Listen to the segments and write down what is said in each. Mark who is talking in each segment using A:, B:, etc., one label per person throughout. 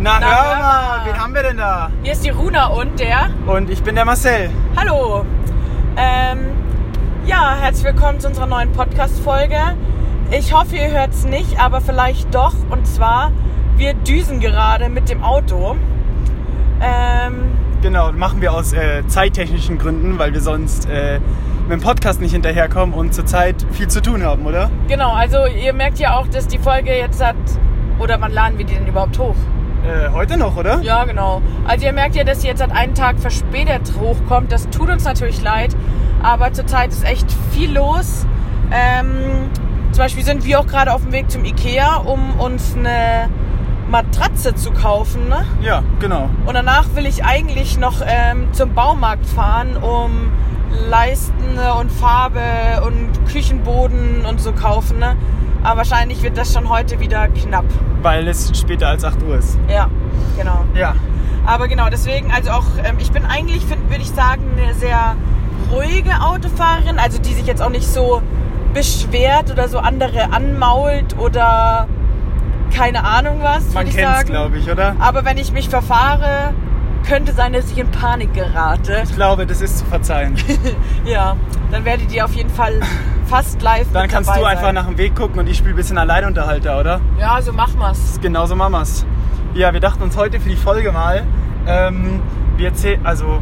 A: Na,
B: Na,
A: hör
B: hör
A: mal,
B: mal.
A: wen haben wir denn da?
B: Hier ist die Runa und der.
A: Und ich bin der Marcel.
B: Hallo. Ähm, ja, herzlich willkommen zu unserer neuen Podcast-Folge. Ich hoffe, ihr hört es nicht, aber vielleicht doch. Und zwar, wir düsen gerade mit dem Auto. Ähm,
A: Genau, machen wir aus äh, zeittechnischen Gründen, weil wir sonst äh, mit dem Podcast nicht hinterherkommen und zurzeit viel zu tun haben, oder?
B: genau, also ihr merkt ja auch, dass die Folge jetzt hat. Oder wann laden wir die denn überhaupt hoch?
A: Äh, heute noch, oder?
B: Ja, genau. Also ihr merkt ja, dass sie jetzt seit einen Tag verspätet hochkommt. Das tut uns natürlich leid, aber zurzeit ist echt viel los. Ähm, zum Beispiel sind wir auch gerade auf dem Weg zum Ikea, um uns eine Matratze zu kaufen. Ne?
A: Ja, genau.
B: Und danach will ich eigentlich noch ähm, zum Baumarkt fahren, um Leisten ne, und Farbe und Küchenboden und so kaufen. Ne? Aber wahrscheinlich wird das schon heute wieder knapp.
A: Weil es später als 8 Uhr ist.
B: Ja, genau.
A: Ja.
B: Aber genau, deswegen, also auch, ähm, ich bin eigentlich, find- würde ich sagen, eine sehr ruhige Autofahrerin, also die sich jetzt auch nicht so beschwert oder so andere anmault oder keine Ahnung was,
A: Man
B: würde ich
A: kennt's,
B: sagen.
A: glaube ich, oder?
B: Aber wenn ich mich verfahre, könnte sein, dass ich in Panik gerate.
A: Ich glaube, das ist zu verzeihen.
B: Ja, dann werdet ihr auf jeden Fall fast live
A: Dann
B: mit
A: kannst
B: dabei
A: du einfach
B: sein.
A: nach dem Weg gucken und ich spiele ein bisschen Alleinunterhalter, oder?
B: Ja, so mach mal's.
A: genauso Mamas. Ja, wir dachten uns heute für die Folge mal, ähm, wir, erzähl also,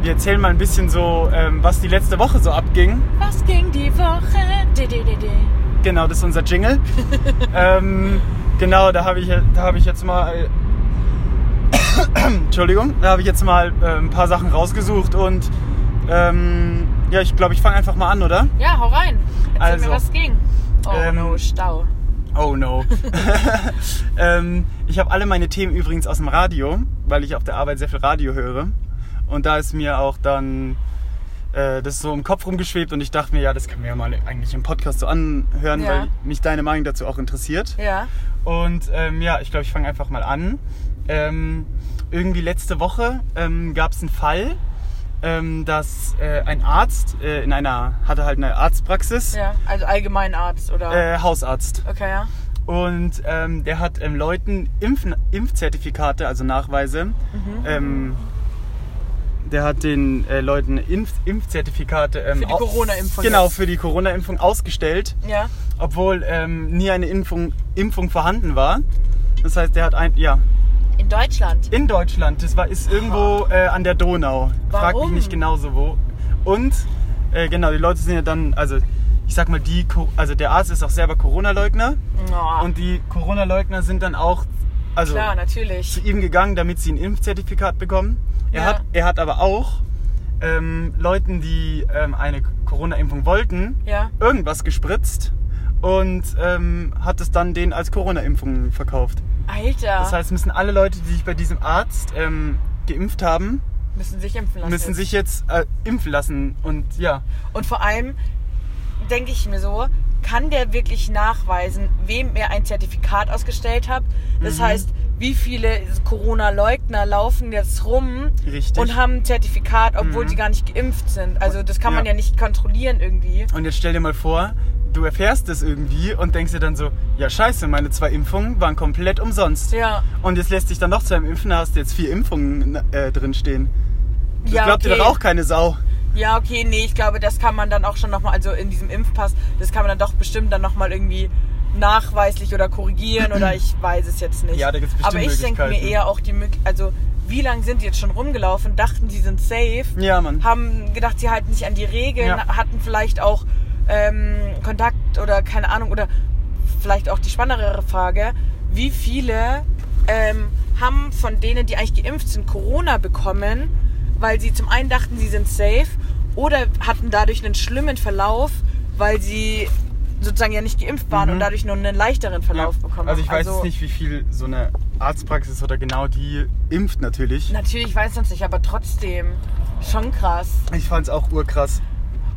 A: wir erzählen mal ein bisschen so, ähm, was die letzte Woche so abging.
B: Was ging die Woche? Di, di, di, di.
A: Genau, das ist unser Jingle. ähm, genau, da habe ich, da hab ich jetzt mal. Äh, Entschuldigung, da habe ich jetzt mal äh, ein paar Sachen rausgesucht und ähm, ja, ich glaube, ich fange einfach mal an, oder?
B: Ja, hau rein. Erzähl
A: Also,
B: mir, was ging. Oh
A: ähm,
B: no, Stau.
A: Oh no. ähm, ich habe alle meine Themen übrigens aus dem Radio, weil ich auf der Arbeit sehr viel Radio höre. Und da ist mir auch dann äh, das so im Kopf rumgeschwebt und ich dachte mir, ja, das können wir ja mal eigentlich im Podcast so anhören,
B: Ja.
A: weil mich deine Meinung dazu auch interessiert.
B: Ja.
A: Und ähm, ja, ich glaube, ich fange einfach mal an. Ähm, irgendwie letzte Woche ähm, gab es einen Fall, ähm, dass äh, ein Arzt äh, in einer, hatte halt eine Arztpraxis,
B: Ja, also Allgemeinarzt oder?
A: äh, Hausarzt.
B: okay, ja.
A: Und ähm, der hat ähm, Leuten Impfen, Impfzertifikate, also Nachweise,
B: Mhm.
A: ähm, der hat den äh, Leuten Impf, Impfzertifikate ähm,
B: Für die
A: au-
B: Corona-Impfung
A: Genau,
B: jetzt.
A: für die Corona-Impfung ausgestellt,
B: Ja.
A: obwohl ähm, nie eine Impfung, Impfung vorhanden war. Das heißt, der hat ein, ja,
B: In Deutschland.
A: in Deutschland, das war, ist irgendwo äh, an der Donau. Frag mich
B: Warum?
A: nicht genauso wo. Und, äh, genau, die Leute sind ja dann, also ich sag mal, die, Co- also der Arzt ist auch selber Corona-Leugner.
B: Oh,
A: Und die Corona-Leugner sind dann auch also
B: klar, ne?
A: zu
B: natürlich.
A: ihm gegangen, damit sie ein Impfzertifikat bekommen. Er,
B: Ja.
A: hat, er hat aber auch ähm, Leuten, die ähm, eine Corona-Impfung wollten,
B: Ja.
A: irgendwas gespritzt und ähm, hat es dann denen als Corona-Impfung verkauft.
B: Alter.
A: Das heißt, müssen alle Leute, die sich bei diesem Arzt ähm, geimpft haben,
B: müssen sich impfen lassen.
A: müssen
B: jetzt.
A: sich jetzt äh, impfen lassen. Und ja,
B: Und vor allem denke ich mir so, kann der wirklich nachweisen, wem er ein Zertifikat ausgestellt hat? Das
A: Mhm.
B: heißt, wie viele Corona-Leugner laufen jetzt rum
A: Richtig.
B: und haben ein Zertifikat, obwohl
A: Mhm.
B: sie gar nicht geimpft sind? Also das kann man
A: Ja.
B: ja nicht kontrollieren irgendwie.
A: Und jetzt stell dir mal vor, du erfährst das irgendwie und denkst dir dann so, ja scheiße, meine zwei Impfungen waren komplett umsonst.
B: Ja.
A: Und jetzt lässt dich dann noch zu einem Impfen, da hast du jetzt vier Impfungen äh, drinstehen. Das
B: ja,
A: Also, glaubt dir doch auch keine Sau.
B: Ja, okay, nee, ich glaube, das kann man dann auch schon nochmal, also in diesem Impfpass, das kann man dann doch bestimmt dann nochmal irgendwie nachweislich oder korrigieren oder ich weiß es jetzt nicht.
A: Ja, da gibt's bestimmt
B: Aber ich denke mir
A: Möglichkeiten.
B: eher auch die Möglichkeit, also wie lange sind die jetzt schon rumgelaufen, dachten, die sind safe,
A: Ja, Mann.
B: haben gedacht, sie halten sich an die Regeln,
A: Ja.
B: hatten vielleicht auch ähm, Kontakt oder keine Ahnung oder vielleicht auch die spannendere Frage, wie viele ähm, haben von denen, die eigentlich geimpft sind, Corona bekommen, weil sie zum einen dachten, sie sind safe oder hatten dadurch einen schlimmen Verlauf, weil sie sozusagen ja nicht geimpft waren
A: Mhm.
B: und dadurch nur einen leichteren Verlauf bekommen
A: Also ich
B: haben.
A: weiß jetzt nicht, wie viel so eine Arztpraxis oder genau die impft natürlich.
B: Natürlich weiß man es nicht, aber trotzdem schon krass.
A: Ich fand's auch urkrass.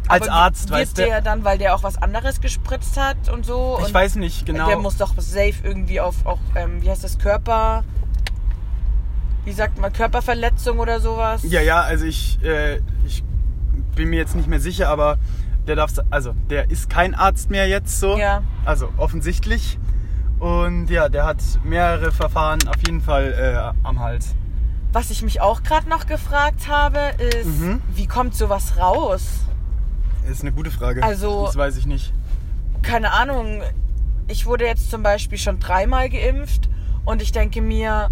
A: Als
B: Aber
A: Arzt,
B: wird
A: weißt
B: der
A: du.
B: dann, weil der auch was anderes gespritzt hat und so?
A: Ich
B: und
A: weiß nicht genau.
B: Der muss doch safe irgendwie auf, auch, ähm, wie heißt das, Körper. Wie sagt man, Körperverletzung oder sowas?
A: Ja, ja, also ich, äh, ich bin mir jetzt nicht mehr sicher, aber der darf, also der ist kein Arzt mehr jetzt so.
B: Ja.
A: Also offensichtlich. Und ja, der hat mehrere Verfahren auf jeden Fall äh, am Hals.
B: Was ich mich auch gerade noch gefragt habe, ist,
A: Mhm.
B: wie kommt sowas raus?
A: Ist eine gute Frage.
B: Also-
A: Das weiß ich nicht.
B: Keine Ahnung. Ich wurde jetzt zum Beispiel schon dreimal geimpft und ich denke mir,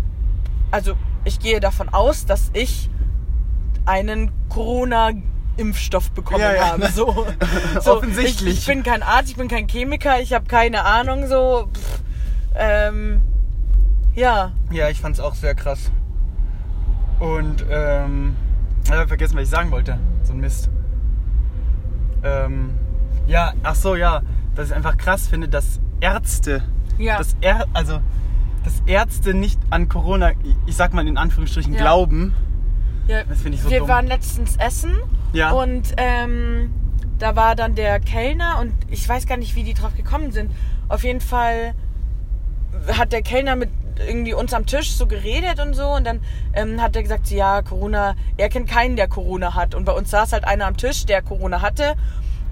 B: also ich gehe davon aus, dass ich einen Corona-Impfstoff bekommen
A: Ja, ja.
B: habe. So. so
A: Offensichtlich.
B: Ich, ich bin kein Arzt, ich bin kein Chemiker, ich habe keine Ahnung. So, pff, ähm, ja.
A: Ja, ich fand's auch sehr krass. Und, ähm, ich hab vergessen, was ich sagen wollte. So ein Mist. Ähm, ja, ach so, ja. Dass ich einfach krass finde, dass Ärzte,
B: Ja.
A: dass er, also, dass Ärzte nicht an Corona, ich sag mal in Anführungsstrichen,
B: Ja.
A: glauben.
B: Ja,
A: Das finde ich so
B: wir
A: dumm.
B: waren letztens essen
A: Ja.
B: und ähm, da war dann der Kellner und ich weiß gar nicht, wie die drauf gekommen sind. Auf jeden Fall hat der Kellner mit irgendwie uns am Tisch so geredet und so und dann ähm, hat er gesagt, so, ja, Corona, er kennt keinen, der Corona hat. Und bei uns saß halt einer am Tisch, der Corona hatte.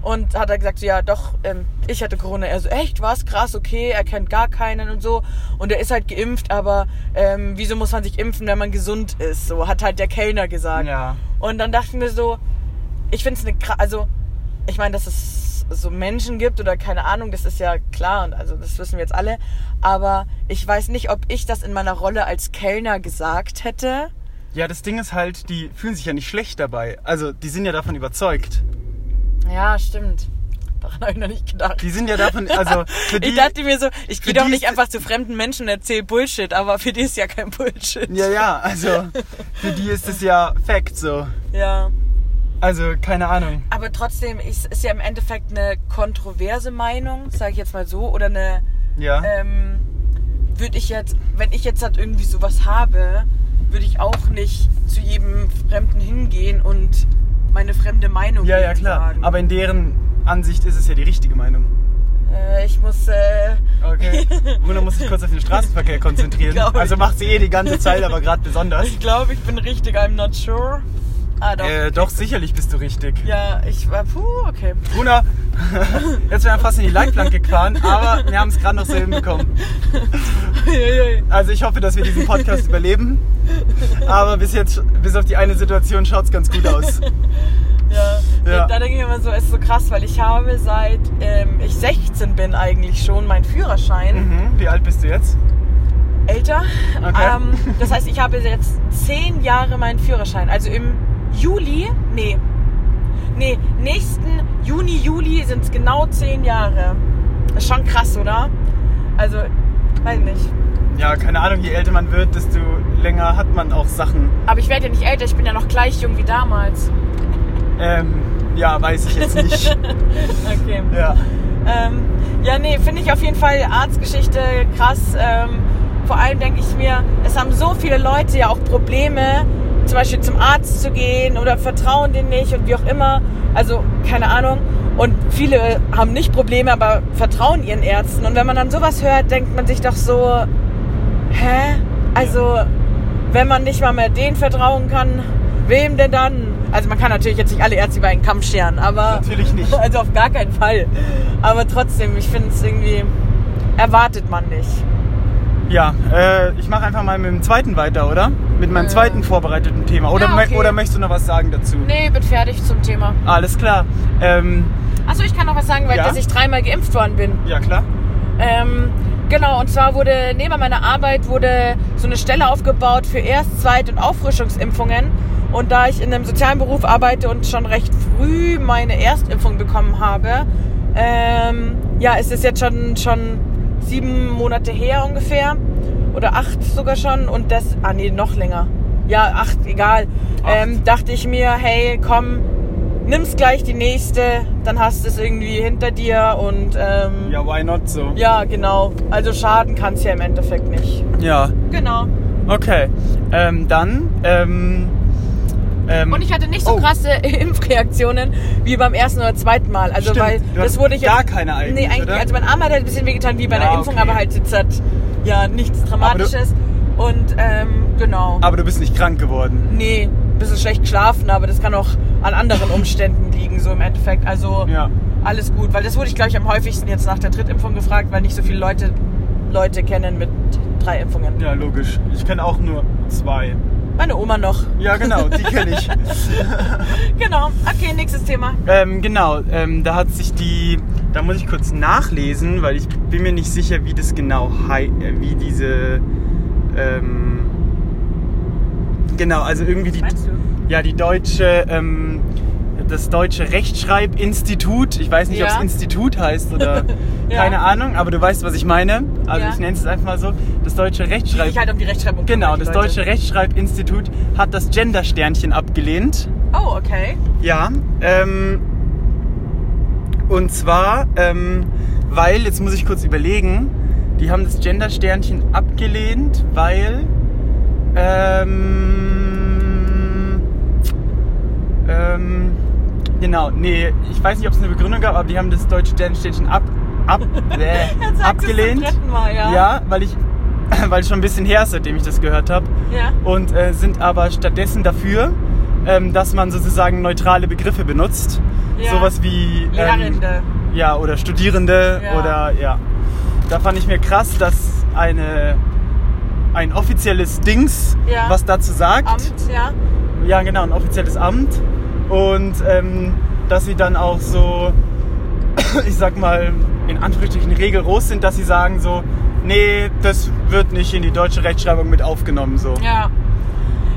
B: Und hat er gesagt, so, ja doch, ähm, ich hatte Corona. Er so, echt, was? Krass, okay, er kennt gar keinen und so. Und er ist halt geimpft, aber ähm, wieso muss man sich impfen, wenn man gesund ist? So hat halt der Kellner gesagt.
A: Ja.
B: Und dann dachten wir so, ich finde es eine krasse, also ich meine, dass es so Menschen gibt oder keine Ahnung, das ist ja klar und also das wissen wir jetzt alle. Aber ich weiß nicht, ob ich das in meiner Rolle als Kellner gesagt hätte.
A: Ja, das Ding ist halt, die fühlen sich ja nicht schlecht dabei. Also, die sind ja davon überzeugt.
B: Ja, stimmt. Daran habe ich noch nicht gedacht.
A: Die sind ja davon, also, für die,
B: ich dachte mir so, ich gehe
A: die
B: doch nicht
A: ist-
B: einfach zu fremden Menschen und erzähle Bullshit, aber für die ist ja kein Bullshit.
A: ja, ja, also, für die ist es ja Fact so.
B: ja.
A: Also, keine Ahnung.
B: Aber trotzdem, es ist ja im Endeffekt eine kontroverse Meinung, sage ich jetzt mal so, oder ne eine
A: Ja.
B: ähm, würde ich jetzt, wenn ich jetzt halt irgendwie sowas habe, würde ich auch nicht zu jedem Fremden hingehen und meine fremde Meinung
A: Ja, ja,
B: denen
A: klar.
B: sagen.
A: Aber in deren Ansicht ist es ja die richtige Meinung.
B: äh, ich muss äh,
A: Okay. Bruno muss sich kurz auf den Straßenverkehr konzentrieren.
B: Glaub ich.
A: Also macht sie eh die ganze Zeit, aber gerade besonders.
B: ich glaube, ich bin richtig, I'm not sure. Ah, doch.
A: Äh, doch, sicherlich bist du richtig.
B: Ja, ich war puh, okay.
A: Bruno, jetzt wären wir fast in die Leitplanke gefahren, aber wir haben es gerade noch so hinbekommen. Also ich hoffe, dass wir diesen Podcast überleben. Aber bis jetzt, bis auf die eine Situation, schaut es ganz gut aus.
B: Ja.
A: Ja.
B: Da denke ich immer so, es ist so krass, weil ich habe seit ähm, ich 16 bin eigentlich schon meinen Führerschein.
A: Mhm. Wie alt bist du jetzt?
B: älter.
A: Okay.
B: Ähm, das heißt, ich habe jetzt zehn Jahre meinen Führerschein. Also im Juli, nee, nee, nächsten Juni, Juli sind es genau zehn Jahre. Ist schon krass, oder? Also, weiß nicht.
A: Ja, keine Ahnung, je älter man wird, desto länger hat man auch Sachen.
B: Aber ich werde ja nicht älter, ich bin ja noch gleich jung wie damals.
A: Ähm, ja, weiß ich jetzt nicht.
B: Okay.
A: Ja.
B: Ähm, ja, nee, finde ich auf jeden Fall Arztgeschichte krass. Ähm, vor allem denke ich mir, es haben so viele Leute ja auch Probleme, zum Beispiel zum Arzt zu gehen oder vertrauen den nicht und wie auch immer. Also keine Ahnung. Und viele haben nicht Probleme, aber vertrauen ihren Ärzten. Und wenn man dann sowas hört, denkt man sich doch so, hä? Also wenn man nicht mal mehr den vertrauen kann, wem denn dann? Also man kann natürlich jetzt nicht alle Ärzte über einen Kamm scheren, aber...
A: Natürlich nicht.
B: Also auf gar keinen Fall. Aber trotzdem, ich finde es irgendwie... Erwartet man nicht.
A: Ja, äh, ich mache einfach mal mit dem zweiten weiter, oder? Mit meinem
B: Äh.
A: zweiten vorbereiteten Thema. Oder,
B: Ja,
A: mö-
B: okay.
A: oder möchtest du noch was sagen dazu?
B: Nee, bin fertig zum Thema.
A: Alles klar. Ähm,
B: Achso, ich kann noch was sagen, weil
A: Ja?
B: dass ich dreimal geimpft worden bin.
A: ja, klar.
B: Ähm, genau, und zwar wurde neben meiner Arbeit wurde so eine Stelle aufgebaut für Erst-, Zweit- und Auffrischungsimpfungen. Und da ich in einem sozialen Beruf arbeite und schon recht früh meine Erstimpfung bekommen habe, ähm, ja, es ist jetzt schon, schon sieben Monate her ungefähr. Oder acht sogar schon. Und das, ah nee, noch länger. Ja, acht, egal. Ähm, dachte ich mir, hey, komm, nimm's gleich die nächste, dann hast du es irgendwie hinter dir und ähm,
A: Ja, why not so?
B: ja, genau. Also schaden kann es ja im Endeffekt nicht.
A: Ja,
B: Genau.
A: Hm. okay. Ähm, dann, ähm, ähm,
B: Und ich hatte nicht so
A: Oh.
B: krasse Impfreaktionen wie beim ersten oder zweiten Mal. Also
A: Stimmt,
B: weil
A: du
B: das
A: hattest
B: wurde ich
A: gar
B: jetzt-
A: keine eigentlich,
B: Nee, eigentlich.
A: oder?
B: Also mein Arm hat halt ein bisschen wehgetan wie bei
A: Ja,
B: einer Impfung,
A: okay.
B: aber halt jetzt hat ja nichts Dramatisches. Und ähm, genau.
A: aber du bist nicht krank geworden.
B: Nee, ein bisschen schlecht geschlafen, aber das kann auch an anderen Umständen liegen, so im Endeffekt. Also
A: Ja.
B: alles gut, weil das wurde ich, glaube ich, am häufigsten jetzt nach der Drittimpfung gefragt, weil nicht so viele Leute Leute kennen mit drei Impfungen.
A: Ja, logisch. Ich kenne auch nur zwei.
B: Meine Oma noch.
A: Ja, genau, die kenne ich.
B: Genau. Okay, nächstes Thema.
A: ähm, genau, ähm, da hat sich die. Da muss ich kurz nachlesen, weil ich bin mir nicht sicher, wie das genau hei äh, wie diese. Ähm, genau, also irgendwie die.
B: Meinst du?
A: Ja, die deutsche. Ähm, das deutsche Rechtschreibinstitut. Ich weiß nicht,
B: Ja.
A: ob es Institut heißt oder
B: Ja.
A: keine Ahnung, aber du weißt, was ich meine. Also
B: Ja.
A: ich nenne es einfach mal so. Das deutsche
B: Die
A: Rechtschreib.
B: sich halt um die Rechtschreibung
A: Genau,
B: kümmern, die
A: das
B: Leute.
A: Deutsche Rechtschreibinstitut hat das Gender-Sternchen abgelehnt.
B: Oh, okay.
A: Ja. Ähm, und zwar, ähm, weil, jetzt muss ich kurz überlegen, die haben das Gender-Sternchen abgelehnt, weil. Ähm, ähm, genau, nee, ich weiß nicht, ob es eine Begründung gab, aber die haben das deutsche Gender-Sternchen ab, ab, äh,
B: Jetzt sagst du es zum
A: abgelehnt.
B: dritten Mal, ja.
A: Ja, weil ich, weil es schon ein bisschen her ist, seitdem ich das gehört habe.
B: Ja.
A: Und äh, sind aber stattdessen dafür, ähm, dass man sozusagen neutrale Begriffe benutzt.
B: Ja.
A: Sowas wie. ähm,
B: Lehrende.
A: Ja, oder Studierende
B: Ja.
A: oder ja. Da fand ich mir krass, dass eine, ein offizielles Dings
B: Ja.
A: was dazu sagt.
B: Amt, ja.
A: Ja, genau, ein offizielles Amt. Und ähm, dass sie dann auch so, ich sag mal, in Anführungsstrichen regelros sind, dass sie sagen so, nee, das wird nicht in die deutsche Rechtschreibung mit aufgenommen. So.
B: Ja.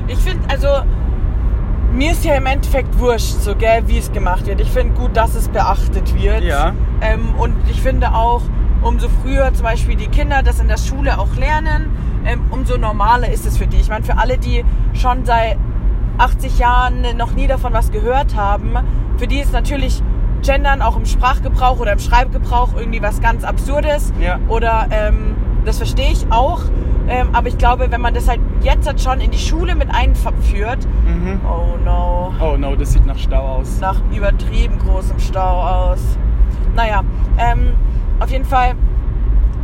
B: Ich finde, also, mir ist ja im Endeffekt wurscht, so, gell, wie es gemacht wird. Ich finde gut, dass es beachtet wird.
A: Ja.
B: Ähm, und ich finde auch, umso früher zum Beispiel die Kinder das in der Schule auch lernen, ähm, umso normaler ist es für die. Ich meine, für alle, die schon seit 80 Jahren noch nie davon was gehört haben, für die ist natürlich Gendern auch im Sprachgebrauch oder im Schreibgebrauch irgendwie was ganz Absurdes.
A: Ja.
B: Oder ähm, das verstehe ich auch. Ähm, aber ich glaube, wenn man das halt jetzt halt schon in die Schule mit einführt,
A: Mhm.
B: oh no
A: Oh no, das sieht nach Stau aus.
B: nach übertrieben großem Stau aus. Naja, ähm, auf jeden Fall,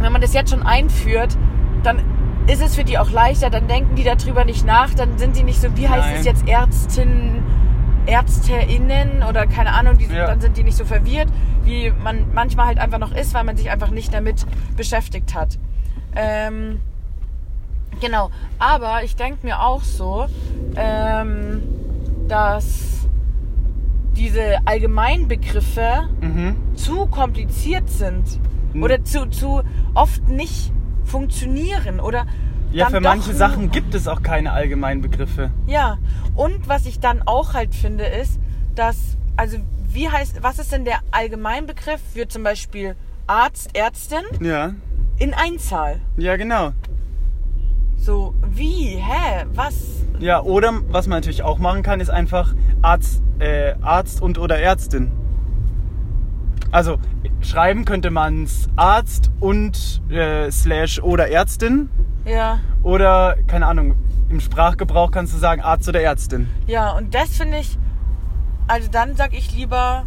B: wenn man das jetzt schon einführt, dann ist es für die auch leichter, dann denken die darüber nicht nach, dann sind die nicht so, wie heißt
A: Nein.
B: es jetzt, Ärztin, ÄrzteInnen oder keine Ahnung, die,
A: Ja.
B: dann sind die nicht so verwirrt, wie man manchmal halt einfach noch ist, weil man sich einfach nicht damit beschäftigt hat. Ähm, genau, aber ich denke mir auch so, ähm, dass diese Allgemeinbegriffe
A: Mhm.
B: zu kompliziert sind
A: Mhm.
B: oder zu, zu oft nicht funktionieren oder
A: Ja,
B: dann
A: für
B: doch
A: manche
B: nur-
A: Sachen gibt es auch keine allgemeinen Begriffe.
B: Ja, und was ich dann auch halt finde ist, dass also wie heißt was ist denn der Allgemeinbegriff für zum Beispiel Arzt, Ärztin
A: Ja.
B: in Einzahl?
A: Ja, genau.
B: So wie, hä, was?
A: Ja, oder was man natürlich auch machen kann, ist einfach Arzt, äh, Arzt und oder Ärztin. Also schreiben könnte man es Arzt und äh, slash oder Ärztin.
B: Ja.
A: Oder, keine Ahnung, im Sprachgebrauch kannst du sagen Arzt oder Ärztin.
B: Ja, und das finde ich, also dann sag ich lieber,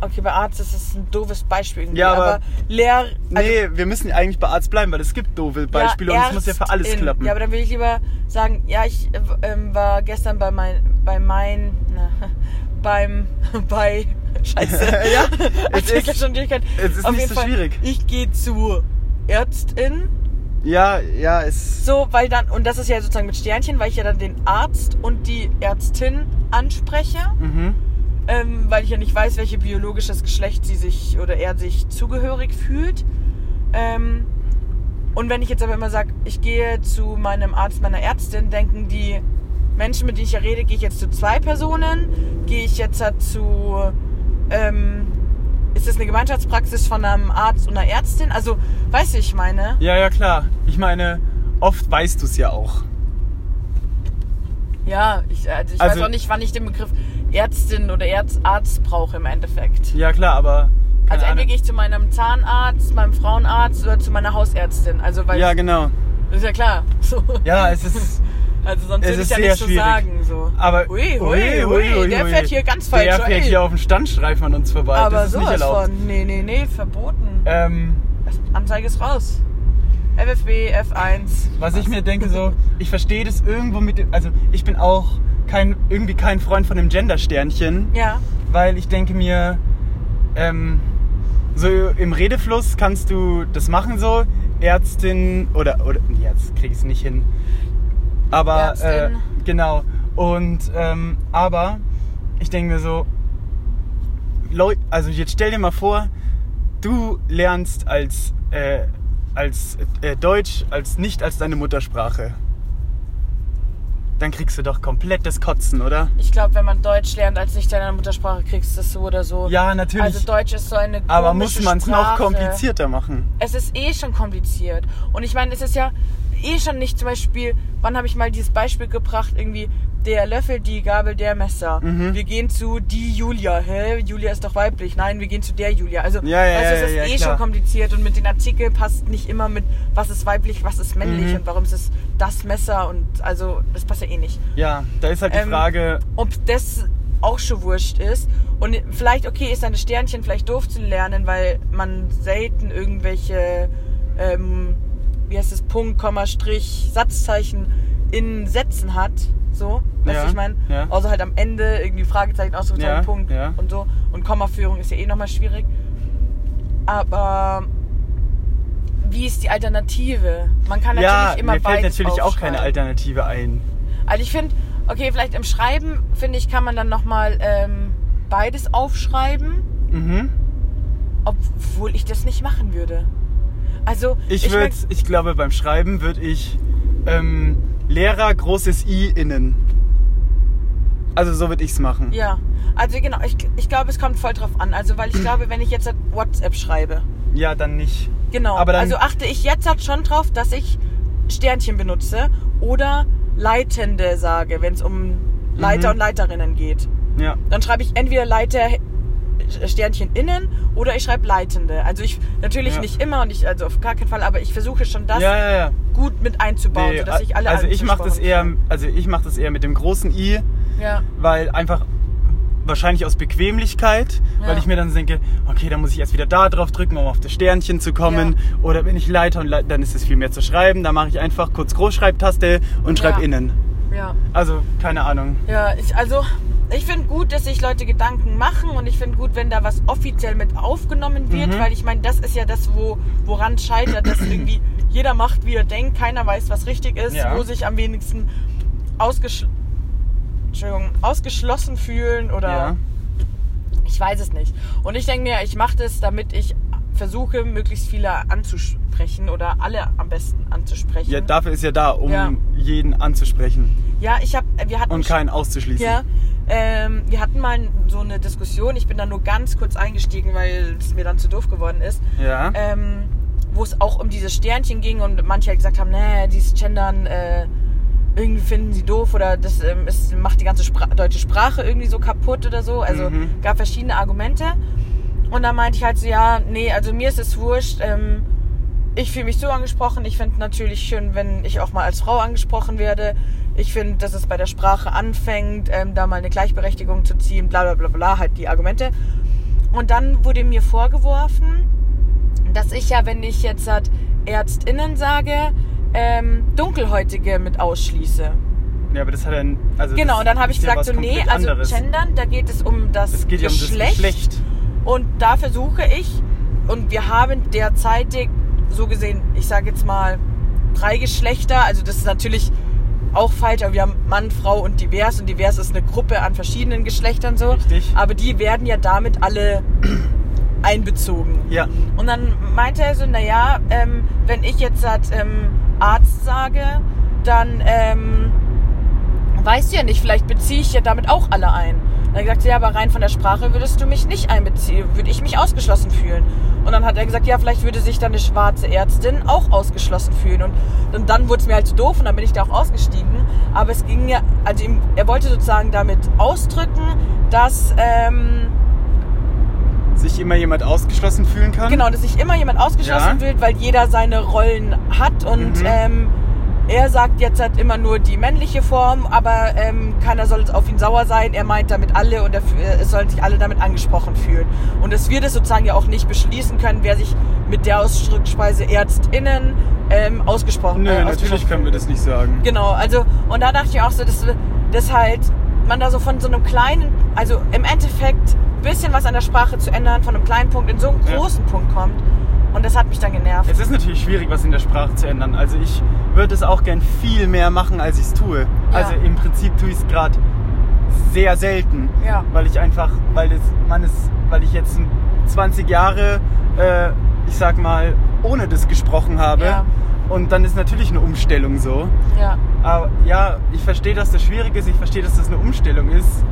B: okay, bei Arzt ist es ein doofes Beispiel irgendwie,
A: Ja,
B: aber,
A: aber-
B: Lehr... also-
A: nee, wir müssen eigentlich bei Arzt bleiben, weil es gibt doofe Beispiele und es muss ja für alles
B: Ärztin.
A: klappen.
B: Ja, aber dann will ich lieber sagen, ja, ich äh, ähm, war gestern bei mein, bei mein, na, beim, bei, scheiße.
A: ja, es
B: Artikel
A: ist,
B: schon Schwierigkeit.
A: es ist
B: Auf
A: nicht
B: jeden
A: so
B: Fall,
A: schwierig.
B: Ich gehe zu Ärztin,
A: ja, ja, es.
B: so, weil dann, und das ist ja sozusagen mit Sternchen, weil ich ja dann den Arzt und die Ärztin anspreche.
A: Mhm.
B: ähm, weil ich ja nicht weiß, welches biologisches Geschlecht sie sich oder er sich zugehörig fühlt. Ähm, und wenn ich jetzt aber immer sage, ich gehe zu meinem Arzt, meiner Ärztin, denken die Menschen, mit denen ich ja rede, gehe ich jetzt zu zwei Personen, gehe ich jetzt halt zu, ähm, ist das eine Gemeinschaftspraxis von einem Arzt und einer Ärztin? Also, weißt du, ich meine?
A: Ja, ja, klar. Ich meine, oft weißt du es ja auch.
B: Ja, ich, also ich
A: Also-
B: weiß auch nicht, wann ich den Begriff Ärztin oder Ärz- Arzt brauche im Endeffekt.
A: Ja, klar, aber. keine
B: Also
A: Ahnung.
B: entweder gehe ich zu meinem Zahnarzt, meinem Frauenarzt oder zu meiner Hausärztin. Also weil
A: Ja, genau.
B: ist ja klar. So.
A: Ja, es ist.
B: Also sonst
A: es
B: würde ich
A: ist
B: ja
A: sehr
B: nichts so
A: schwierig.
B: sagen. So.
A: Aber.
B: Ui, ui, ui, der fährt hier ganz falsch.
A: Der fährt
B: ui.
A: hier auf dem Standstreifen an uns vorbei.
B: Aber
A: das ist nicht
B: sowas
A: erlaubt.
B: von. Nee, nee, nee, verboten.
A: Ähm,
B: Anzeige ist raus. FFB, F1.
A: was ich mir denke, so, ich verstehe das irgendwo mit. dem- Also, ich bin auch kein, irgendwie kein Freund von dem Gender-Sternchen,
B: Ja,
A: weil ich denke mir, ähm, so im Redefluss kannst du das machen, so. Ärztin oder, oder nee, jetzt kriege ich es nicht hin. Aber äh,
B: Ärztin.
A: genau. Und ähm, aber ich denke mir so, Leu also jetzt stell dir mal vor, du lernst als äh, als äh, Deutsch als nicht als deine Muttersprache. Dann kriegst du doch komplett das Kotzen, oder?
B: Ich glaube, wenn man Deutsch lernt, als nicht deine Muttersprache kriegst, das so oder so.
A: Ja, natürlich.
B: Also Deutsch ist so eine
A: aber
B: komische
A: muss man es noch
B: Sprache.
A: komplizierter machen?
B: Es ist eh schon kompliziert. Und ich meine, es ist ja eh schon nicht zum Beispiel, wann habe ich mal dieses Beispiel gebracht, irgendwie der Löffel, die Gabel, der Messer.
A: Mhm.
B: Wir gehen zu die Julia. Hä? Julia ist doch weiblich. Nein, wir gehen zu der Julia. Also,
A: Ja, ja,
B: also
A: ja,
B: es ist
A: ja,
B: eh
A: klar.
B: schon kompliziert und mit den Artikeln passt nicht immer mit, was ist weiblich, was ist männlich
A: Mhm.
B: und warum ist es das Messer und also, das passt ja eh nicht
A: Ja, da ist halt die
B: Ähm,
A: Frage,
B: ob das auch schon wurscht ist. Und vielleicht, okay, ist dann das Sternchen vielleicht doof zu lernen, weil man selten irgendwelche, ähm, wie heißt es, Punkt, Komma, Strich, Satzzeichen in Sätzen hat. So, weißt
A: Ja,
B: du, ich meine?
A: ja.
B: Also halt am Ende irgendwie Fragezeichen, Ausrufezeichen,
A: Ja,
B: Punkt
A: ja.
B: und so. Und Kommaführung ist ja eh nochmal schwierig. Aber wie ist die Alternative? Man kann natürlich
A: ja,
B: immer
A: mir fällt
B: beides
A: natürlich auch keine
B: aufschreiben.
A: Alternative ein.
B: Also ich finde, okay, vielleicht im Schreiben, finde ich, kann man dann nochmal ähm, beides aufschreiben,
A: Mhm.
B: obwohl ich das nicht machen würde. Also
A: Ich,
B: mein,
A: würde, ich glaube, beim Schreiben würde ich ähm, Lehrer großes I innen. Also so würde ich's machen.
B: ja, also genau, ich, ich glaube, es kommt voll drauf an. Also weil ich glaube, wenn ich jetzt WhatsApp schreibe,
A: Ja, dann nicht.
B: genau,
A: Aber dann-
B: also achte ich jetzt halt schon drauf, dass ich Sternchen benutze oder Leitende sage, wenn es um Leiter
A: Mhm.
B: und Leiterinnen geht.
A: Ja.
B: dann schreibe ich entweder Leiter äh, Sternchen innen oder ich schreibe Leitende. Also ich natürlich
A: Ja.
B: nicht immer und ich also auf gar keinen Fall, aber ich versuche schon das
A: ja, ja, ja.
B: gut mit einzubauen,
A: Nee,
B: sodass ich alle
A: also ich mache das
B: angesprochen
A: eher, also ich mache das eher mit dem großen I,
B: habe. Ja.
A: weil einfach wahrscheinlich aus Bequemlichkeit,
B: Ja.
A: weil ich mir dann denke, okay, dann muss ich erst wieder da drauf drücken, um auf das Sternchen zu kommen. Oder wenn ich Leiter und Leiter, dann ist es viel mehr zu schreiben. Dann mache ich einfach kurz Großschreibtaste und schreibe
B: Ja.
A: innen.
B: Ja.
A: Also keine Ahnung.
B: Ja, ich, also ich finde gut, dass sich Leute Gedanken machen und ich finde gut, wenn da was offiziell mit aufgenommen wird,
A: Mhm.
B: weil ich meine, das ist ja das, wo, woran scheitert, dass irgendwie jeder macht, wie er denkt, keiner weiß, was richtig ist,
A: Ja.
B: wo sich am wenigsten ausgesch Entschuldigung, ausgeschlossen fühlen oder
A: Ja.
B: ich weiß es nicht. Und ich denke mir, ich mache das, damit ich versuche, möglichst viele anzusprechen oder alle am besten anzusprechen.
A: Ja, dafür ist ja da, um
B: Ja.
A: jeden anzusprechen
B: ja ich habe, wir hatten
A: und keinen auszuschließen.
B: Ja, ähm, wir hatten mal so eine Diskussion. Ich bin da nur ganz kurz eingestiegen, weil es mir dann zu doof geworden ist.
A: Ja.
B: Ähm, wo es auch um dieses Sternchen ging und manche halt gesagt haben, nee, dieses Gendern äh, irgendwie finden sie doof oder das ähm, ist, macht die ganze Spra deutsche Sprache irgendwie so kaputt oder so. Also
A: Mhm.
B: gab verschiedene Argumente. Und dann meinte ich halt so, ja, nee, also mir ist es wurscht. Ähm, ich fühle mich so angesprochen. Ich finde natürlich schön, wenn ich auch mal als Frau angesprochen werde. Ich finde, dass es bei der Sprache anfängt, ähm, da mal eine Gleichberechtigung zu ziehen, bla bla bla bla, halt die Argumente. Und dann wurde mir vorgeworfen, dass ich ja, wenn ich jetzt halt ÄrztInnen sage, ähm, Dunkelhäutige mit ausschließe.
A: ja, aber das hat ein. Also
B: Genau,
A: das
B: und dann habe ich
A: ist ja
B: gesagt,
A: was
B: so, nee,
A: komplett
B: also
A: anderes.
B: gendern, da geht es um das,
A: Es geht ja um das Geschlecht.
B: und da versuche ich, und wir haben derzeitig, so gesehen, ich sage jetzt mal, drei Geschlechter. Also das ist natürlich auch falsch, aber wir haben Mann, Frau und divers. Und divers ist eine Gruppe an verschiedenen Geschlechtern so.
A: Richtig.
B: Aber die werden ja damit alle einbezogen.
A: Ja.
B: Und dann meinte er so, naja, ähm, wenn ich jetzt halt, ähm, Arzt sage, dann ähm, weißt du ja nicht, vielleicht beziehe ich ja damit auch alle ein. Und dann gesagt, ja, aber rein von der Sprache würdest du mich nicht einbeziehen, würde ich mich ausgeschlossen fühlen. Und dann hat er gesagt, ja, vielleicht würde sich dann eine schwarze Ärztin auch ausgeschlossen fühlen. Und, und dann wurde es mir halt zu doof und dann bin ich da auch ausgestiegen. Aber es ging ja, also ihm, er wollte sozusagen damit ausdrücken, dass... Ähm,
A: Sich immer jemand ausgeschlossen fühlen kann.
B: Genau, dass sich immer jemand ausgeschlossen
A: Ja.
B: wird, weil jeder seine Rollen hat und
A: Mhm.
B: ähm, er sagt jetzt halt immer nur die männliche Form, aber ähm, keiner soll jetzt auf ihn sauer sein. Er meint damit alle und er, es sollen sich alle damit angesprochen fühlen. Und dass wir das sozusagen ja auch nicht beschließen können, wer sich mit der Ausdrucksweise ÄrztInnen ähm, ausgesprochen
A: Nö,
B: äh,
A: natürlich
B: ausgeschlossen
A: können wir
B: fühlt.
A: das nicht sagen.
B: Genau, also und da dachte ich auch so, dass, dass halt man da so von so einem kleinen, also im Endeffekt ein bisschen was an der Sprache zu ändern, von einem kleinen Punkt in so einen
A: Ja.
B: großen Punkt kommt. Und das hat mich dann genervt.
A: Es ist natürlich schwierig, was in der Sprache zu ändern. Also ich würde es auch gern viel mehr machen, als ich es tue. Also im Prinzip tue ich es gerade sehr selten.
B: Ja.
A: Weil ich einfach, weil das, man es, weil ich jetzt 20 Jahre, äh, ich sag mal, ohne das gesprochen habe.
B: Ja.
A: Und dann ist natürlich eine Umstellung so.
B: Ja.
A: Aber ja, ich verstehe, dass das schwierig ist, ich verstehe, dass das eine Umstellung ist.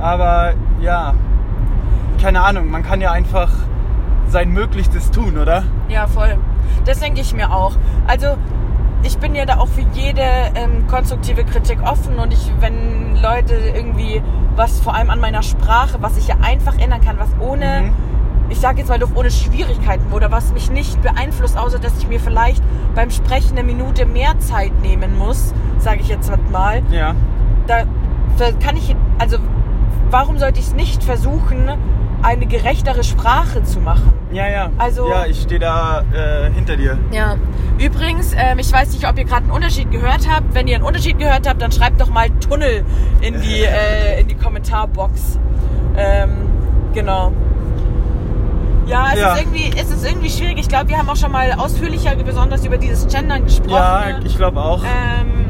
A: Aber ja, keine Ahnung, man kann ja einfach sein Möglichstes tun, oder?
B: Ja, voll. Das denke ich mir auch. Also ich bin ja da auch für jede ähm, konstruktive Kritik offen und ich, wenn Leute irgendwie was vor allem an meiner Sprache, was ich ja einfach ändern kann, was ohne,
A: Mhm.
B: ich sage jetzt mal doof, ohne Schwierigkeiten oder was mich nicht beeinflusst, außer dass ich mir vielleicht beim Sprechen eine Minute mehr Zeit nehmen muss, sage ich jetzt halt mal,
A: Ja.
B: da ver- kann ich, also warum sollte ich es nicht versuchen, eine gerechtere Sprache zu machen?
A: Ja, ja.
B: Also-
A: ja, ich stehe da äh, hinter dir.
B: Ja. Übrigens, ähm, ich weiß nicht, ob ihr gerade einen Unterschied gehört habt. Wenn ihr einen Unterschied gehört habt, dann schreibt doch mal Tunnel in die, äh, in die Kommentarbox. Ähm, genau. Ja, es,
A: Ja.
B: Ist irgendwie, es ist irgendwie schwierig. Ich glaube, wir haben auch schon mal ausführlicher besonders über dieses Gendern gesprochen.
A: Ja, ich glaube auch.
B: Ähm,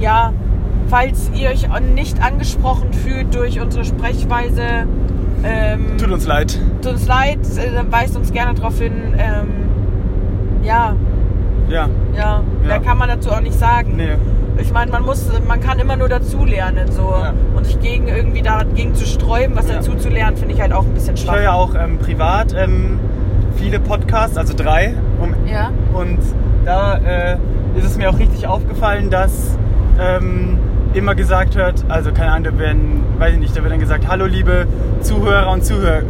B: ja, falls ihr euch nicht angesprochen fühlt durch unsere Sprechweise, ähm,
A: Tut uns leid.
B: tut uns leid, äh, dann weist uns gerne darauf hin. Ähm, ja,
A: Ja,
B: ja,
A: Ja.
B: mehr kann man dazu auch nicht sagen.
A: nee.
B: Ich meine, man muss, man kann immer nur dazu lernen so
A: Ja.
B: und sich gegen irgendwie dagegen zu sträuben, was
A: Ja.
B: dazu zu lernen, finde ich halt auch ein bisschen
A: Ich
B: schwach.
A: höre ja auch ähm, privat ähm, viele Podcasts, also drei, um
B: Ja,
A: Und da äh, ist es mir auch richtig aufgefallen, dass ähm, immer gesagt wird, also keine Ahnung, da werden, weiß ich nicht, da wird dann gesagt, hallo liebe Zuhörer und, Zuhör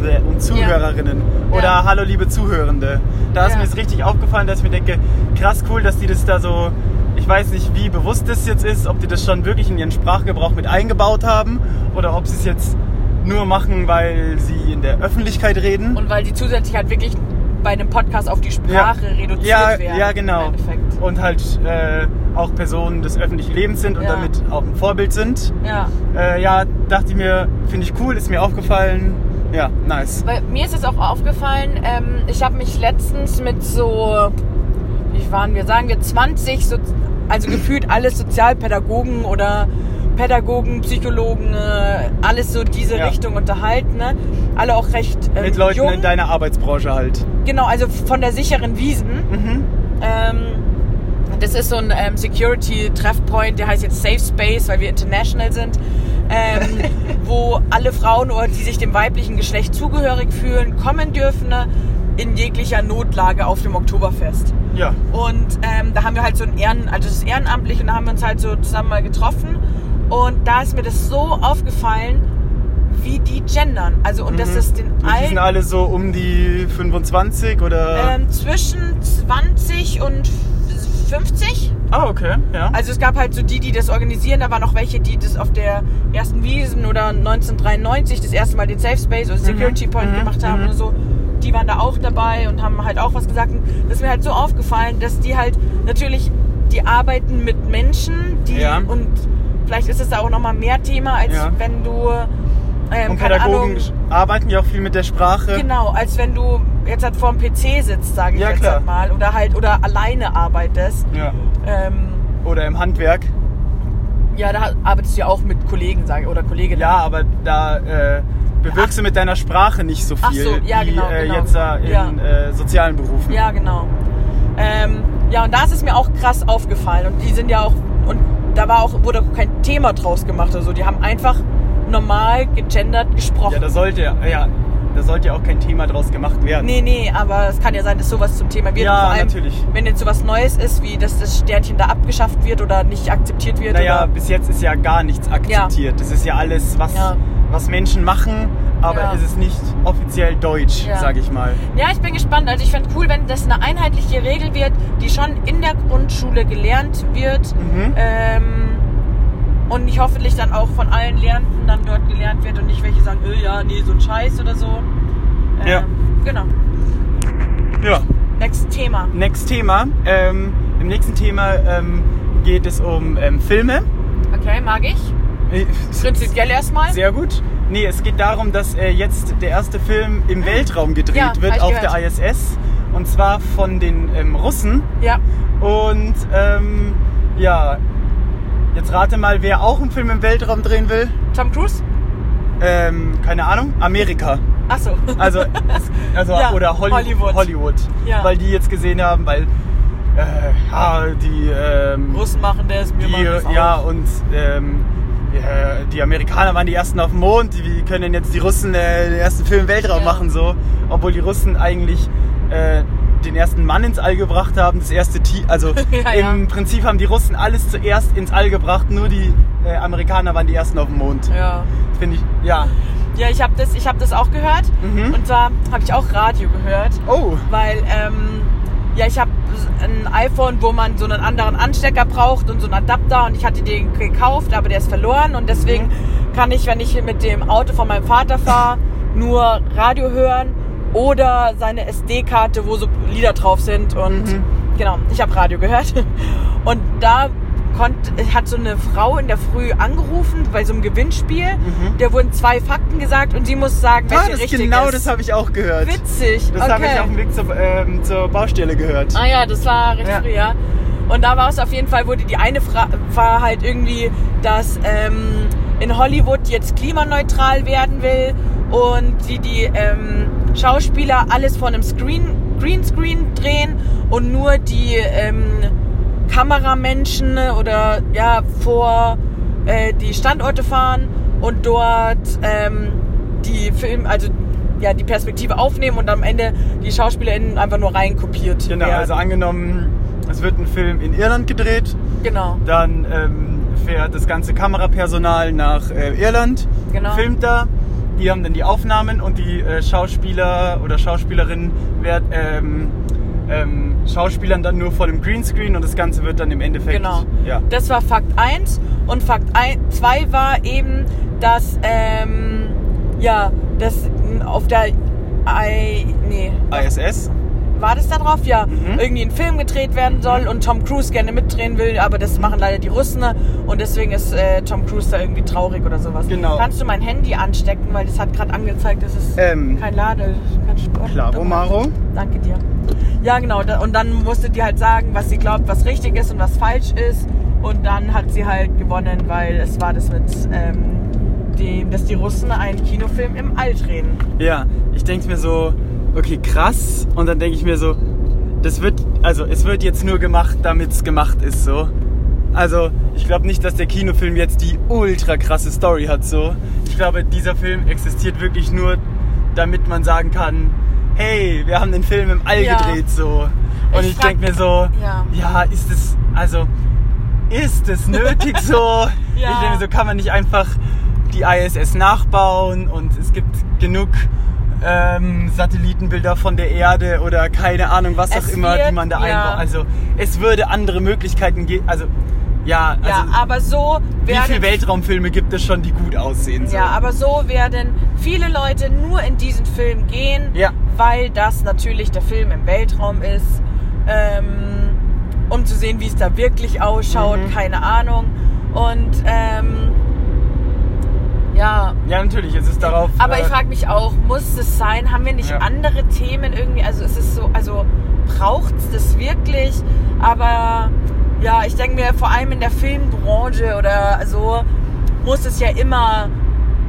A: bleh, und Zuhörerinnen oder
B: Ja.
A: hallo liebe Zuhörende. Da ist
B: Ja.
A: mir es richtig aufgefallen, dass ich mir denke, krass cool, dass die das da so, ich weiß nicht, wie bewusst das jetzt ist, ob die das schon wirklich in ihren Sprachgebrauch mit eingebaut haben oder ob sie es jetzt nur machen, weil sie in der Öffentlichkeit reden.
B: und weil die zusätzlich halt wirklich bei einem Podcast auf die Sprache reduziert
A: ja,
B: werden.
A: Ja, genau.
B: Im Endeffekt.
A: Und halt äh, auch Personen des öffentlichen Lebens sind und
B: Ja.
A: damit auch ein Vorbild sind.
B: Ja.
A: Äh, ja, dachte ich mir, finde ich cool, ist mir aufgefallen. Ja, nice.
B: Weil mir ist es auch aufgefallen, ähm, ich habe mich letztens mit so, wie waren wir, sagen wir 20, so, also gefühlt alles Sozialpädagogen oder Pädagogen, Psychologen, äh, alles so diese
A: Ja.
B: Richtung unterhalten. Ne? Alle auch recht ähm,
A: Mit Leuten
B: jung.
A: in deiner Arbeitsbranche halt.
B: genau, also von der sicheren Wiesen.
A: Mhm.
B: Ähm, das ist so ein ähm, Security-Treffpoint, der heißt jetzt Safe Space, weil wir international sind, ähm, wo alle Frauen, oder die sich dem weiblichen Geschlecht zugehörig fühlen, kommen dürfen ne, in jeglicher Notlage auf dem Oktoberfest.
A: Ja.
B: Und ähm, da haben wir halt so ein Ehren, also das ist ehrenamtlich und da haben wir uns halt so zusammen mal getroffen. Und da ist mir das so aufgefallen, wie die gendern. Also und das
A: Mhm.
B: ist den
A: Und die sind alle so um die 25 oder.
B: ähm, zwischen 20 und 50.
A: ah, okay, ja.
B: Also es gab halt so die, die das organisieren, da waren auch welche, die das auf der ersten Wiesen oder 1993 das erste Mal den Safe Space oder Security Point
A: mhm,
B: gemacht haben
A: mhm.
B: oder so. Die waren da auch dabei und haben halt auch was gesagt. Und das ist mir halt so aufgefallen, dass die halt natürlich, die arbeiten mit Menschen, die
A: Ja.
B: und vielleicht ist es da auch nochmal mehr Thema, als
A: Ja.
B: wenn du ähm,
A: und
B: keine
A: Pädagogen
B: Ahnung,
A: arbeiten ja auch viel mit der Sprache.
B: Genau, als wenn du jetzt halt vorm PC sitzt, sage ich
A: Ja,
B: jetzt
A: klar.
B: halt mal. Oder halt, oder alleine arbeitest.
A: Ja.
B: Ähm,
A: Oder im Handwerk.
B: ja, da arbeitest du ja auch mit Kollegen, sage oder Kolleginnen.
A: Ja, aber da äh, bewirkst du mit deiner Sprache nicht so
B: Ach
A: viel
B: so, ja,
A: wie
B: genau,
A: äh,
B: genau,
A: jetzt da in
B: ja.
A: äh, sozialen Berufen.
B: Ja, genau. Ähm, ja, und da ist es mir auch krass aufgefallen. Und die sind ja auch, und da war auch, wurde auch kein Thema draus gemacht oder so. Die haben einfach normal gegendert gesprochen.
A: Ja, da sollte ja, ja, da sollte ja auch kein Thema draus gemacht werden.
B: Nee, nee, aber es kann ja sein, dass sowas zum Thema wird.
A: Ja,
B: Und vor allem,
A: natürlich.
B: Wenn jetzt sowas Neues ist, wie dass das Sternchen da abgeschafft wird oder nicht akzeptiert wird.
A: naja,
B: oder,
A: bis jetzt ist ja gar nichts akzeptiert. Das ist ja alles, was,
B: Ja.
A: was Menschen machen, aber
B: Ja.
A: es ist nicht offiziell deutsch,
B: Ja.
A: sag ich mal.
B: Ja, ich bin gespannt. Also ich fände cool, wenn das eine einheitliche Regel wird, die schon in der Grundschule gelernt wird
A: Mhm.
B: ähm, und nicht hoffentlich dann auch von allen Lernenden dann dort gelernt wird und nicht welche sagen, öh, ja, nee, so ein Scheiß oder so. Ähm,
A: Ja.
B: Genau.
A: Ja.
B: Nächstes Thema.
A: Next Thema. Ähm, Im nächsten Thema ähm, geht es um ähm, Filme.
B: Okay, mag ich. Prinzipiell erstmal.
A: Sehr gut. Nee, es geht darum, dass äh, jetzt der erste Film im Weltraum gedreht
B: Hm. Ja, hab
A: wird
B: ich
A: auf
B: gehört.
A: der ISS. Und zwar von den ähm, Russen.
B: Ja.
A: Und ähm, ja, jetzt rate mal, wer auch einen Film im Weltraum drehen will.
B: Tom Cruise?
A: Ähm, keine Ahnung. Amerika.
B: Achso.
A: Also, es- also
B: Ja,
A: oder Hollywood.
B: Hollywood. Ja.
A: Weil die jetzt gesehen haben, weil äh, ja, die ähm,
B: Russen machen das, wir machen das
A: die,
B: auch.
A: ja, und ähm, ja, die Amerikaner waren die ersten auf dem Mond. Wie können jetzt die Russen äh, den ersten Film im Weltraum
B: Ja.
A: machen? So, obwohl die Russen eigentlich äh, den ersten Mann ins All gebracht haben, das erste Tier. Also
B: Ja, ja.
A: im Prinzip haben die Russen alles zuerst ins All gebracht. Nur die äh, Amerikaner waren die ersten auf dem Mond.
B: ja.
A: Finde ich. Ja.
B: Ja, ich habe das, ich hab das auch gehört.
A: Mhm.
B: Und zwar habe ich auch Radio gehört,
A: Oh.
B: weil ähm, ja, ich habe ein iPhone, wo man so einen anderen Anstecker braucht und so einen Adapter. Und ich hatte den gekauft, aber der ist verloren. Und deswegen kann ich, wenn ich mit dem Auto von meinem Vater fahre, nur Radio hören oder seine SD-Karte, wo so Lieder drauf sind. Und
A: Mhm.
B: genau, ich habe Radio gehört. Und da konnt, hat so eine Frau in der Früh angerufen bei so einem Gewinnspiel.
A: Mhm.
B: Der wurden zwei Fakten gesagt und sie muss sagen, welche
A: Ah, das
B: richtig
A: genau
B: ist.
A: das habe ich auch gehört.
B: Witzig.
A: Das
B: okay.
A: habe ich auf dem Weg zur, ähm, zur Baustelle gehört.
B: Ah ja, das war recht
A: Ja.
B: früh, ja. Und da war es auf jeden Fall, wurde die eine Fra war halt irgendwie, dass ähm, in Hollywood jetzt klimaneutral werden will und die, die ähm, Schauspieler alles vor einem Screen, Greenscreen drehen und nur die ähm, Kameramenschen oder ja vor äh, die Standorte fahren und dort ähm, die Film, also ja, die Perspektive aufnehmen und am Ende die SchauspielerInnen einfach nur reinkopiert.
A: Genau,
B: werden.
A: also angenommen, es wird ein Film in Irland gedreht,
B: Genau.
A: dann ähm, fährt das ganze Kamerapersonal nach äh, Irland,
B: Genau.
A: filmt da, die haben dann die Aufnahmen und die äh, Schauspieler oder Schauspielerinnen werd, ähm, ähm, Schauspielern dann nur vor dem Greenscreen und das Ganze wird dann im Endeffekt.
B: Genau.
A: Ja.
B: Das war Fakt 1 und Fakt 2 war eben, dass ähm, ja, das auf der I, nee,
A: ISS.
B: war das da drauf? Ja,
A: Mhm.
B: irgendwie ein Film gedreht werden soll und Tom Cruise gerne mitdrehen will, aber das machen leider die Russen und deswegen ist äh, Tom Cruise da irgendwie traurig oder sowas.
A: Genau.
B: Kannst du mein Handy anstecken, weil das hat gerade angezeigt, das ist
A: Ähm.
B: kein Lade. Kein Sport.
A: Klaro, Maro.
B: Danke dir. Ja, genau. da- Und dann musste die halt sagen, was sie glaubt, was richtig ist und was falsch ist. Und dann hat sie halt gewonnen, weil es war das mit ähm, dem, dass die Russen einen Kinofilm im All drehen.
A: Ja, ich denke mir so, okay, krass. Und dann denke ich mir so, das wird, also es wird jetzt nur gemacht, damit es gemacht ist, so. Also ich glaube nicht, dass der Kinofilm jetzt die ultra krasse Story hat, so. Ich glaube, dieser Film existiert wirklich nur, damit man sagen kann, hey, wir haben den Film im All
B: Ja.
A: gedreht, so. Und
B: Ich
A: ich,
B: frag-
A: denk denke mir so,
B: Ja.
A: ja, ist es, also ist es nötig so?
B: Ja.
A: Ich denke, so kann man nicht einfach die ISS nachbauen und es gibt genug ähm, Satellitenbilder von der Erde oder keine Ahnung, was
B: Es
A: auch immer,
B: wird-
A: die man da
B: ja.
A: einbaut. Also es würde andere Möglichkeiten geben. Also ja, also
B: ja, aber so
A: wie viele
B: werden
A: Weltraumfilme gibt es schon, die gut aussehen? So?
B: ja, aber so werden viele Leute nur in diesen Film gehen,
A: Ja.
B: weil das natürlich der Film im Weltraum ist, ähm, um zu sehen, wie es da wirklich ausschaut.
A: Mhm.
B: Keine Ahnung. Und ähm, ja,
A: ja, natürlich, es ist darauf.
B: Aber
A: äh,
B: ich frage mich auch, muss es sein? Haben wir nicht
A: Ja.
B: andere Themen irgendwie? Also ist es so, also braucht es das wirklich? Aber ja, ich denke mir, vor allem in der Filmbranche oder so muss es ja immer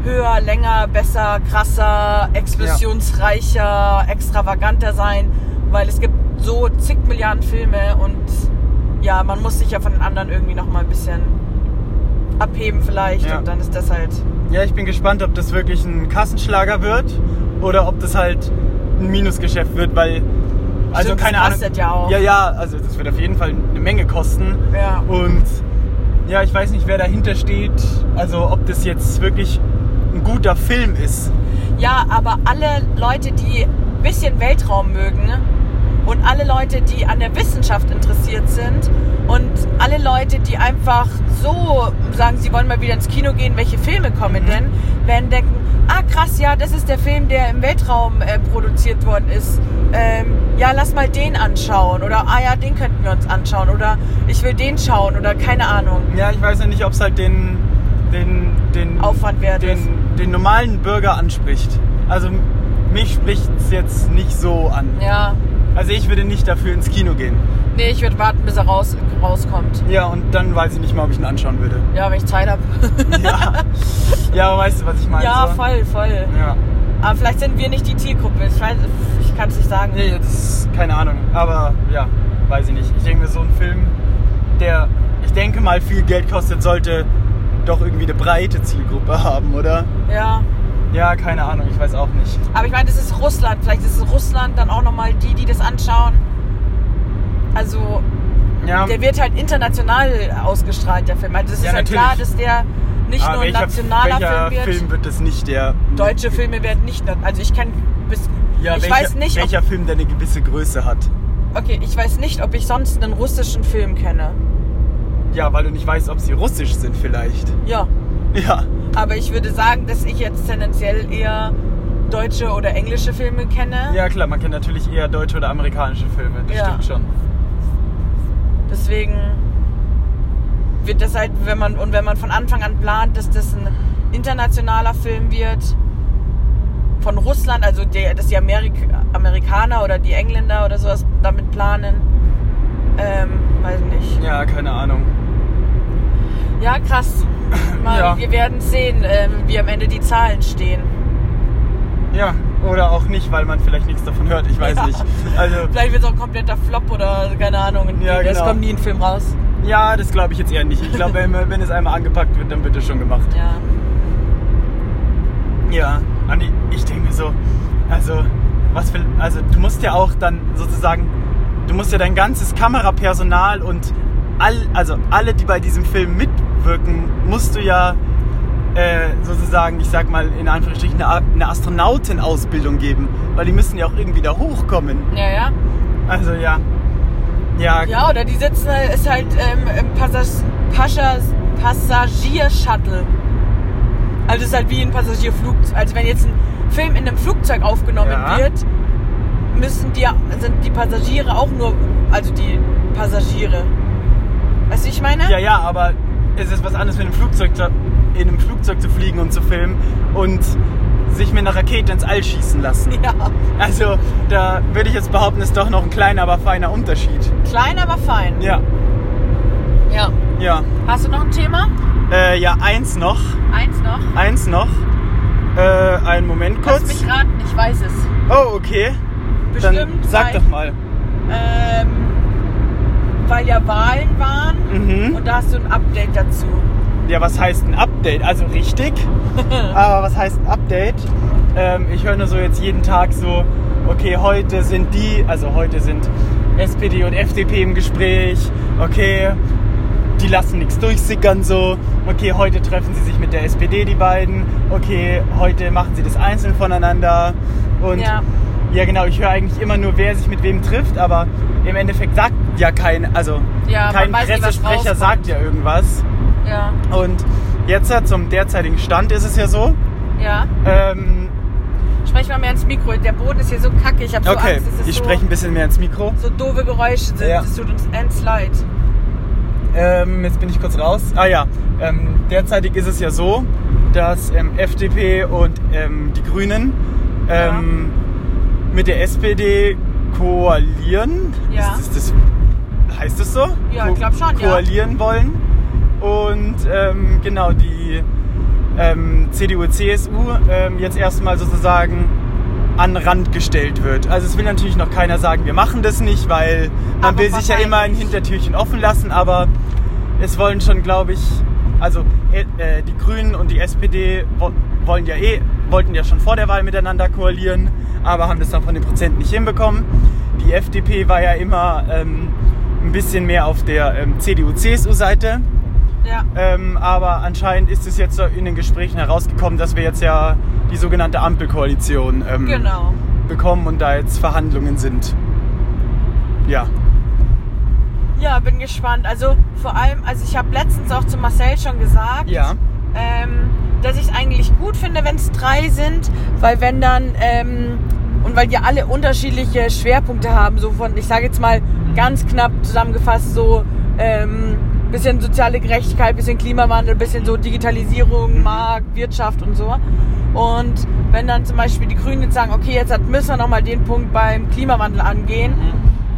B: höher, länger, besser, krasser, explosionsreicher, extravaganter sein, weil es gibt so zig Milliarden Filme und ja, man muss sich ja von den anderen irgendwie nochmal ein bisschen abheben vielleicht
A: Ja.
B: und dann ist das halt...
A: Ja, ich bin gespannt, ob das wirklich ein Kassenschlager wird oder ob das halt ein Minusgeschäft wird, weil. Also
B: Stimmt, das
A: keine Ahnung.
B: kostet ja auch.
A: Ja, ja, also das wird auf jeden Fall eine Menge kosten.
B: Ja.
A: Und ja, ich weiß nicht, wer dahinter steht. Also ob das jetzt wirklich ein guter Film ist.
B: Ja, aber alle Leute, die ein bisschen Weltraum mögen und alle Leute, die an der Wissenschaft interessiert sind und alle Leute, die einfach so sagen, sie wollen mal wieder ins Kino gehen, welche Filme kommen denn, werden denken, ah krass, ja, das ist der Film, der im Weltraum äh, produziert worden ist. Ähm, ja, lass mal den anschauen oder ah ja, den könnten wir uns anschauen oder ich will den schauen oder keine Ahnung.
A: Ja, ich weiß ja nicht, ob es halt den den, den,
B: Aufwand wert ist.
A: den, den normalen Bürger anspricht. Also mich spricht es jetzt nicht so an.
B: Ja.
A: Also ich würde nicht dafür ins Kino gehen.
B: Nee, ich würde warten, bis er raus, rauskommt.
A: Ja, und dann weiß ich nicht mal, ob ich ihn anschauen würde.
B: Ja, wenn ich Zeit habe.
A: Ja, ja aber weißt du, was ich meine?
B: ja,
A: so?
B: voll, voll.
A: Ja.
B: Aber vielleicht sind wir nicht die Zielgruppe. Ich, weiß- ich kann es nicht sagen.
A: Nee, das ist keine Ahnung. Aber ja, weiß ich nicht. Ich denke mir, so ein Film, der, ich denke mal, viel Geld kostet, sollte doch irgendwie eine breite Zielgruppe haben, oder?
B: Ja.
A: Ja, keine Ahnung, ich weiß auch nicht.
B: Aber ich meine, das ist Russland. Vielleicht ist es Russland dann auch nochmal die, die das anschauen. Also,
A: Ja,
B: der wird halt international ausgestrahlt, der Film. Also, das
A: Ähm.
B: ist
A: Ja,
B: halt
A: natürlich.
B: klar, dass der nicht
A: aber
B: nur ein
A: welcher,
B: nationaler
A: welcher
B: Film wird.
A: wird das nicht, der.
B: Deutsche Filme werden nicht. nat- Also, ich kann. Bis,
A: Ja,
B: ich
A: welcher,
B: weiß nicht, ob,
A: welcher Film, der eine gewisse Größe hat.
B: okay, ich weiß nicht, ob ich sonst einen russischen Film kenne.
A: Ja, weil du nicht weißt, ob sie russisch sind, vielleicht.
B: Ja.
A: Ja.
B: Aber ich würde sagen, dass ich jetzt tendenziell eher deutsche oder englische Filme kenne.
A: Ja, klar, man kennt natürlich eher deutsche oder amerikanische Filme. Das
B: Ja.
A: stimmt schon.
B: Deswegen wird das halt, wenn man und wenn man von Anfang an plant, dass das ein internationaler Film wird von Russland, also der, dass die Amerik Amerikaner oder die Engländer oder sowas damit planen, ähm, weiß nicht.
A: Ja, keine Ahnung.
B: Ja, krass. Mal,
A: Ja.
B: Wir werden sehen, ähm, wie am Ende die Zahlen stehen.
A: Ja, oder auch nicht, weil man vielleicht nichts davon hört. Ich weiß
B: Ja.
A: nicht. Also,
B: Vielleicht wird es auch ein kompletter Flop oder keine Ahnung. und
A: Ja,
B: Es
A: genau.
B: kommt nie ein Film raus.
A: ja, das glaube ich jetzt eher nicht. Ich glaube, wenn, wenn es einmal angepackt wird, dann wird es schon gemacht.
B: Ja.
A: Ja, und ich, ich denke mir so, also, was will, also, du musst ja auch dann sozusagen, du musst ja dein ganzes Kamerapersonal und all, also alle, die bei diesem Film mitwirken, musst du ja äh, sozusagen, ich sag mal, in Anführungsstrichen eine, A- eine Astronautenausbildung geben, weil die müssen ja auch irgendwie da hochkommen.
B: Ja, ja.
A: Also, ja. Ja,
B: Ja, oder die sitzen halt- ist halt ähm, im Passas Paschas Passagier-Shuttle. Also es ist halt wie ein Passagierflug. Also wenn jetzt ein Film in einem Flugzeug aufgenommen
A: Ja.
B: wird, müssen die, sind die Passagiere auch nur, also die Passagiere. Weißt du, wie ich meine?
A: Ja, ja, aber es ist was anderes, mit einem Flugzeug zu, in einem Flugzeug zu fliegen und zu filmen und sich mit einer Rakete ins All schießen lassen.
B: ja.
A: Also, da würde ich jetzt behaupten, ist doch noch ein kleiner, aber feiner Unterschied.
B: Klein, aber fein.
A: Ja,
B: Ja.
A: ja.
B: Hast du noch ein Thema?
A: Äh, ja, eins noch.
B: Eins noch.
A: Eins noch. Äh, einen Moment
B: Lass
A: kurz.
B: mich raten, ich weiß es.
A: Oh, okay. Dann
B: Bestimmt.
A: sag
B: weil,
A: doch mal.
B: Ähm, weil ja Wahlen waren.
A: Mhm.
B: Und da hast du ein Update dazu.
A: Ja, was heißt ein Update? Also richtig. Aber was heißt ein Update? Ähm, ich höre nur so jetzt jeden Tag so, okay, heute sind die, also heute sind SPD und FDP im Gespräch, okay, die lassen nichts durchsickern so, okay, heute treffen sie sich mit der SPD, die beiden, okay, heute machen sie das einzeln voneinander und
B: Ja.
A: ja genau, ich höre eigentlich immer nur, wer sich mit wem trifft, aber im Endeffekt sagt ja kein, also
B: Ja, man
A: kein
B: weiß nie, was
A: Pressesprecher
B: rauskommt.
A: sagt ja irgendwas.
B: Ja.
A: Und jetzt äh, zum derzeitigen Stand ist es ja so.
B: Ja.
A: Ähm,
B: Sprech mal mehr ins Mikro. Der Boden ist hier so kacke. Ich habe so
A: okay,
B: Angst. Es ist
A: ich
B: so,
A: spreche ein bisschen mehr ins Mikro.
B: so doofe Geräusche sind.
A: Ja.
B: Das tut uns ends leid.
A: Ähm, jetzt bin ich kurz raus. Ah ja, ähm, derzeitig ist es ja so, dass ähm, FDP und ähm, die Grünen ähm, mit der SPD koalieren.
B: Ja.
A: Ist das, das, heißt es so?
B: Ja,
A: Ko-
B: ich glaub schon, ja.
A: Koalieren wollen. Und ähm, genau, die ähm, CDU, CSU ähm, jetzt erstmal sozusagen an den Rand gestellt wird. Also es will natürlich noch keiner sagen, wir machen das nicht, weil man
B: Aber
A: will sich ja immer ein
B: wahrscheinlich.
A: Hintertürchen offen lassen, aber es wollen schon, glaube ich, also äh, äh, die Grünen und die SPD wo- wollen ja eh, wollten ja schon vor der Wahl miteinander koalieren, aber haben das dann von den Prozenten nicht hinbekommen. Die FDP war ja immer ähm, ein bisschen mehr auf der ähm, CDU-CSU-Seite.
B: Ja.
A: Ähm, aber anscheinend ist es jetzt so in den Gesprächen herausgekommen, dass wir jetzt ja die sogenannte Ampelkoalition ähm,
B: Genau.
A: bekommen und da jetzt Verhandlungen sind. Ja.
B: Ja, bin gespannt. Also vor allem, also ich habe letztens auch zu Marcel schon gesagt,
A: Ja.
B: ähm, dass ich es eigentlich gut finde, wenn es drei sind, weil wenn dann ähm, und weil die alle unterschiedliche Schwerpunkte haben, so von, ich sage jetzt mal ganz knapp zusammengefasst, so ähm, bisschen soziale Gerechtigkeit, bisschen Klimawandel, bisschen so Digitalisierung, Markt, Wirtschaft und so. Und wenn dann zum Beispiel die Grünen jetzt sagen, okay, jetzt hat- müssen wir nochmal den Punkt beim Klimawandel angehen,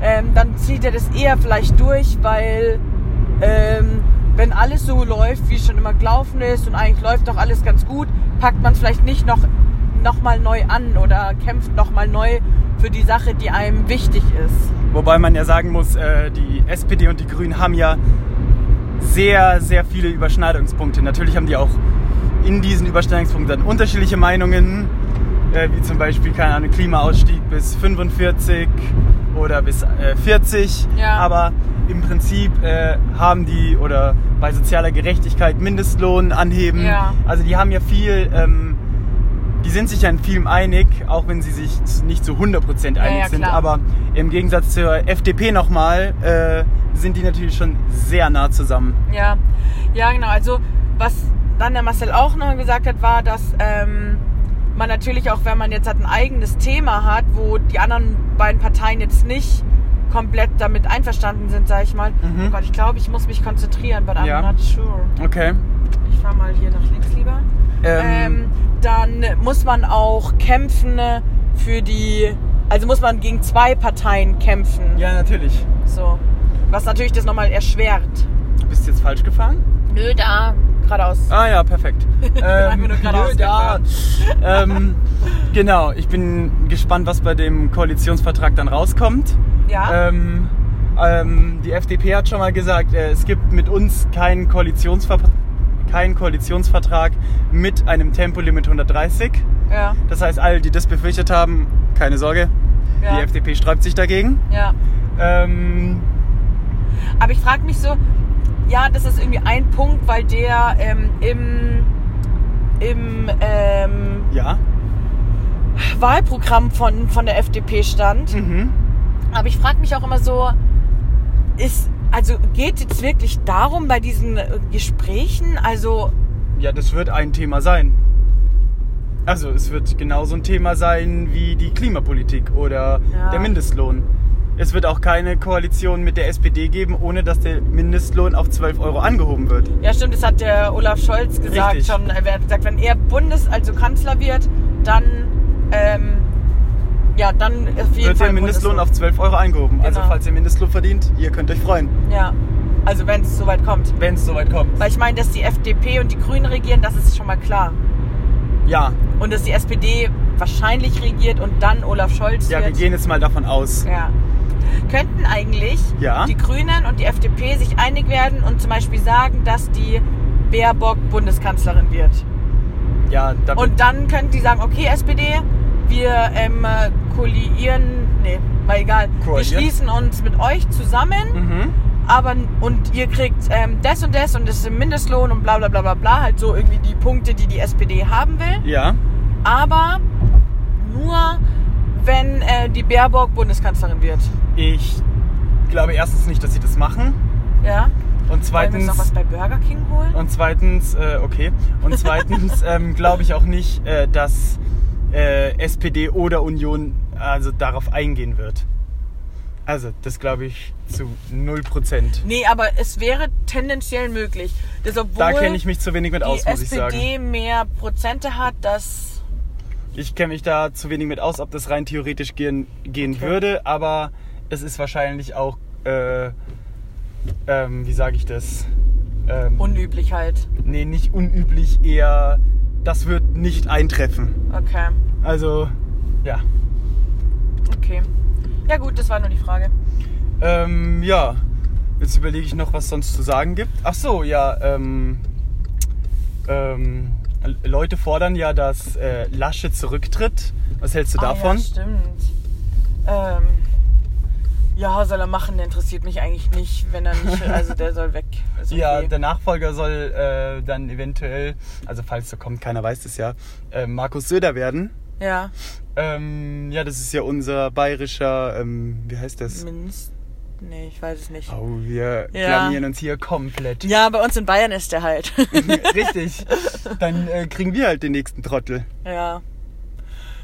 B: ähm, dann zieht er das eher vielleicht durch, weil ähm, wenn alles so läuft, wie es schon immer gelaufen ist und eigentlich läuft doch alles ganz gut, packt man es vielleicht nicht noch, noch mal neu an oder kämpft noch mal neu für die Sache, die einem wichtig ist.
A: Wobei man ja sagen muss, äh, die SPD und die Grünen haben ja sehr, sehr viele Überschneidungspunkte. Natürlich haben die auch in diesen Überschneidungspunkten dann unterschiedliche Meinungen, äh, wie zum Beispiel, keine Ahnung, Klimaausstieg bis 45 oder bis äh, 40.
B: Ja.
A: Aber im Prinzip äh, haben die oder bei sozialer Gerechtigkeit Mindestlohn anheben.
B: Ja.
A: Also die haben ja viel, ähm, die sind sich ja in vielem einig, auch wenn sie sich nicht zu 100% einig
B: ja,
A: sind.
B: klar.
A: Aber im Gegensatz zur FDP nochmal äh, sind die natürlich schon sehr nah zusammen.
B: Ja, ja genau. Also was dann der Marcel auch noch gesagt hat, war, dass ähm, man natürlich auch, wenn man jetzt halt ein eigenes Thema hat, wo die anderen beiden Parteien jetzt nicht komplett damit einverstanden sind, sage ich mal.
A: Mhm.
B: Oh Gott, ich glaube, ich muss mich konzentrieren, but I'm
A: Ja.
B: not sure.
A: Okay.
B: Ich fahre mal hier nach links lieber. Ähm, dann muss man auch kämpfen ne, für die, also muss man gegen zwei Parteien kämpfen.
A: ja, natürlich.
B: So. Was natürlich das nochmal erschwert.
A: Du bist jetzt falsch gefahren?
B: Nö, da. Geradeaus.
A: Ah ja, perfekt.
B: einfach nur geradeaus
A: ja, ähm, genau, ich bin gespannt, was bei dem Koalitionsvertrag dann rauskommt.
B: Ja.
A: Ähm, ähm, die FDP hat schon mal gesagt, äh, es gibt mit uns keinen Koalitionsvertrag, keinen Koalitionsvertrag mit einem Tempolimit 130.
B: ja.
A: Das heißt, alle, die das befürchtet haben, keine Sorge,
B: Ja.
A: die FDP sträubt sich dagegen.
B: Ja.
A: Ähm,
B: Aber ich frage mich so, ja, das ist irgendwie ein Punkt, weil der ähm, im, im ähm,
A: ja.
B: Wahlprogramm von, von der FDP stand.
A: Mhm.
B: Aber ich frage mich auch immer so, ist, also geht jetzt wirklich darum bei diesen äh, Gesprächen? Also,
A: Ja, das wird ein Thema sein. Also es wird genauso ein Thema sein wie die Klimapolitik oder
B: Ja.
A: der Mindestlohn. Es wird auch keine Koalition mit der SPD geben, ohne dass der Mindestlohn auf 12 Euro angehoben wird.
B: ja stimmt, das hat der Olaf Scholz gesagt
A: Richtig.
B: schon. Er hat gesagt, wenn er Bundes, also Kanzler wird, dann, ähm, ja, dann auf jeden
A: Wird
B: Fall
A: der Mindestlohn auf 12 Euro angehoben. Also
B: Genau.
A: falls ihr Mindestlohn verdient, ihr könnt euch freuen,
B: Ja, also wenn es soweit kommt.
A: wenn es soweit kommt.
B: Weil ich meine, dass die FDP und die Grünen regieren, das ist schon mal klar.
A: Ja,
B: Und dass die SPD wahrscheinlich regiert und dann Olaf Scholz
A: ja, wir
B: wird.
A: gehen jetzt mal davon aus.
B: Ja. Könnten eigentlich
A: Ja.
B: die Grünen und die FDP sich einig werden und zum Beispiel sagen, dass die Baerbock Bundeskanzlerin wird.
A: Ja, da
B: Und dann könnten die sagen, okay, SPD, wir ähm, äh, koalieren, nee, war egal, wir
A: Koalieren.
B: schließen uns mit euch zusammen,
A: Mhm.
B: aber und ihr kriegt ähm, das und das und das ist im Mindestlohn und bla bla bla bla bla, halt so irgendwie die Punkte, die die SPD haben will,
A: Ja,
B: aber nur wenn äh, die Baerbock Bundeskanzlerin wird.
A: ich glaube erstens nicht, dass sie das machen.
B: Ja.
A: Und
B: Wollen wir uns noch was
A: zweitens,
B: bei Burger King holen?
A: und zweitens, äh, okay. Und zweitens ähm, glaube ich auch nicht, äh, dass äh, SPD oder Union also darauf eingehen wird. Also das glaube ich zu 0 Prozent.
B: Nee, aber es wäre tendenziell möglich. Das, obwohl
A: Da kenne ich mich zu wenig mit
B: die
A: aus, muss ich
B: SPD
A: sagen.
B: mehr Prozente hat, das
A: Ich kenne mich da zu wenig mit aus, ob das rein theoretisch gehen, gehen
B: Okay.
A: würde, aber es ist wahrscheinlich auch, äh, ähm, wie sage ich das? Ähm,
B: unüblich halt.
A: nee, nicht unüblich, eher, das wird nicht eintreffen.
B: Okay,
A: Also, ja.
B: okay. Ja gut, das war nur die Frage.
A: Ähm, ja, jetzt überlege ich noch, was sonst zu sagen gibt. Ach so, ja, ähm, ähm, Leute fordern ja, dass äh, Lasche zurücktritt. Was hältst du
B: Ah,
A: davon?
B: Ja, stimmt. Ähm, ja, soll er machen, der interessiert mich eigentlich nicht, wenn er nicht, also der soll weg. Ist okay.
A: Ja, der Nachfolger soll äh, dann eventuell, also falls so kommt, keiner weiß das ja, äh, Markus Söder werden.
B: ja.
A: Ähm, ja, das ist ja unser bayerischer, ähm, wie heißt das?
B: Minst. Nee, ich weiß es nicht.
A: Oh, wir
B: Ja.
A: blamieren uns hier komplett.
B: Ja, bei uns in Bayern ist der halt.
A: Richtig. Dann äh, kriegen wir halt den nächsten Trottel.
B: Ja.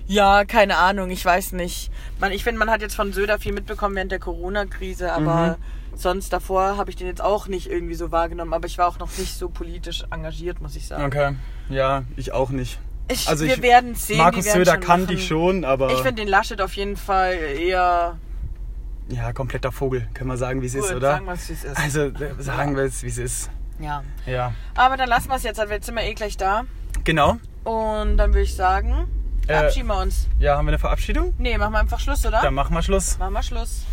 B: Ja, keine Ahnung, ich weiß nicht. Man, ich finde, man hat jetzt von Söder viel mitbekommen während der Corona-Krise, aber
A: Mhm.
B: sonst davor habe ich den jetzt auch nicht irgendwie so wahrgenommen, aber ich war auch noch nicht so politisch engagiert, muss ich sagen.
A: Okay. Ja, ich auch nicht.
B: Ich,
A: Also
B: wir
A: ich-
B: werden sehen.
A: Markus
B: wir werden
A: Söder
B: schon
A: kannte
B: machen.
A: ich schon, aber
B: Ich finde den Laschet auf jeden Fall eher
A: ja, kompletter Vogel, können wir sagen, wie es ist,
B: gut,
A: oder?
B: sagen wir es, wie es ist.
A: also äh, sagen wir es, wie es ist.
B: Ja.
A: Ja.
B: Aber dann lassen wir es jetzt, weil jetzt sind wir eh gleich da.
A: Genau.
B: Und dann würde ich sagen,
A: Äh,
B: verabschieden wir uns.
A: Ja, haben wir eine Verabschiedung?
B: Nee, machen wir einfach Schluss, oder?
A: Dann machen wir Schluss.
B: Machen wir Schluss.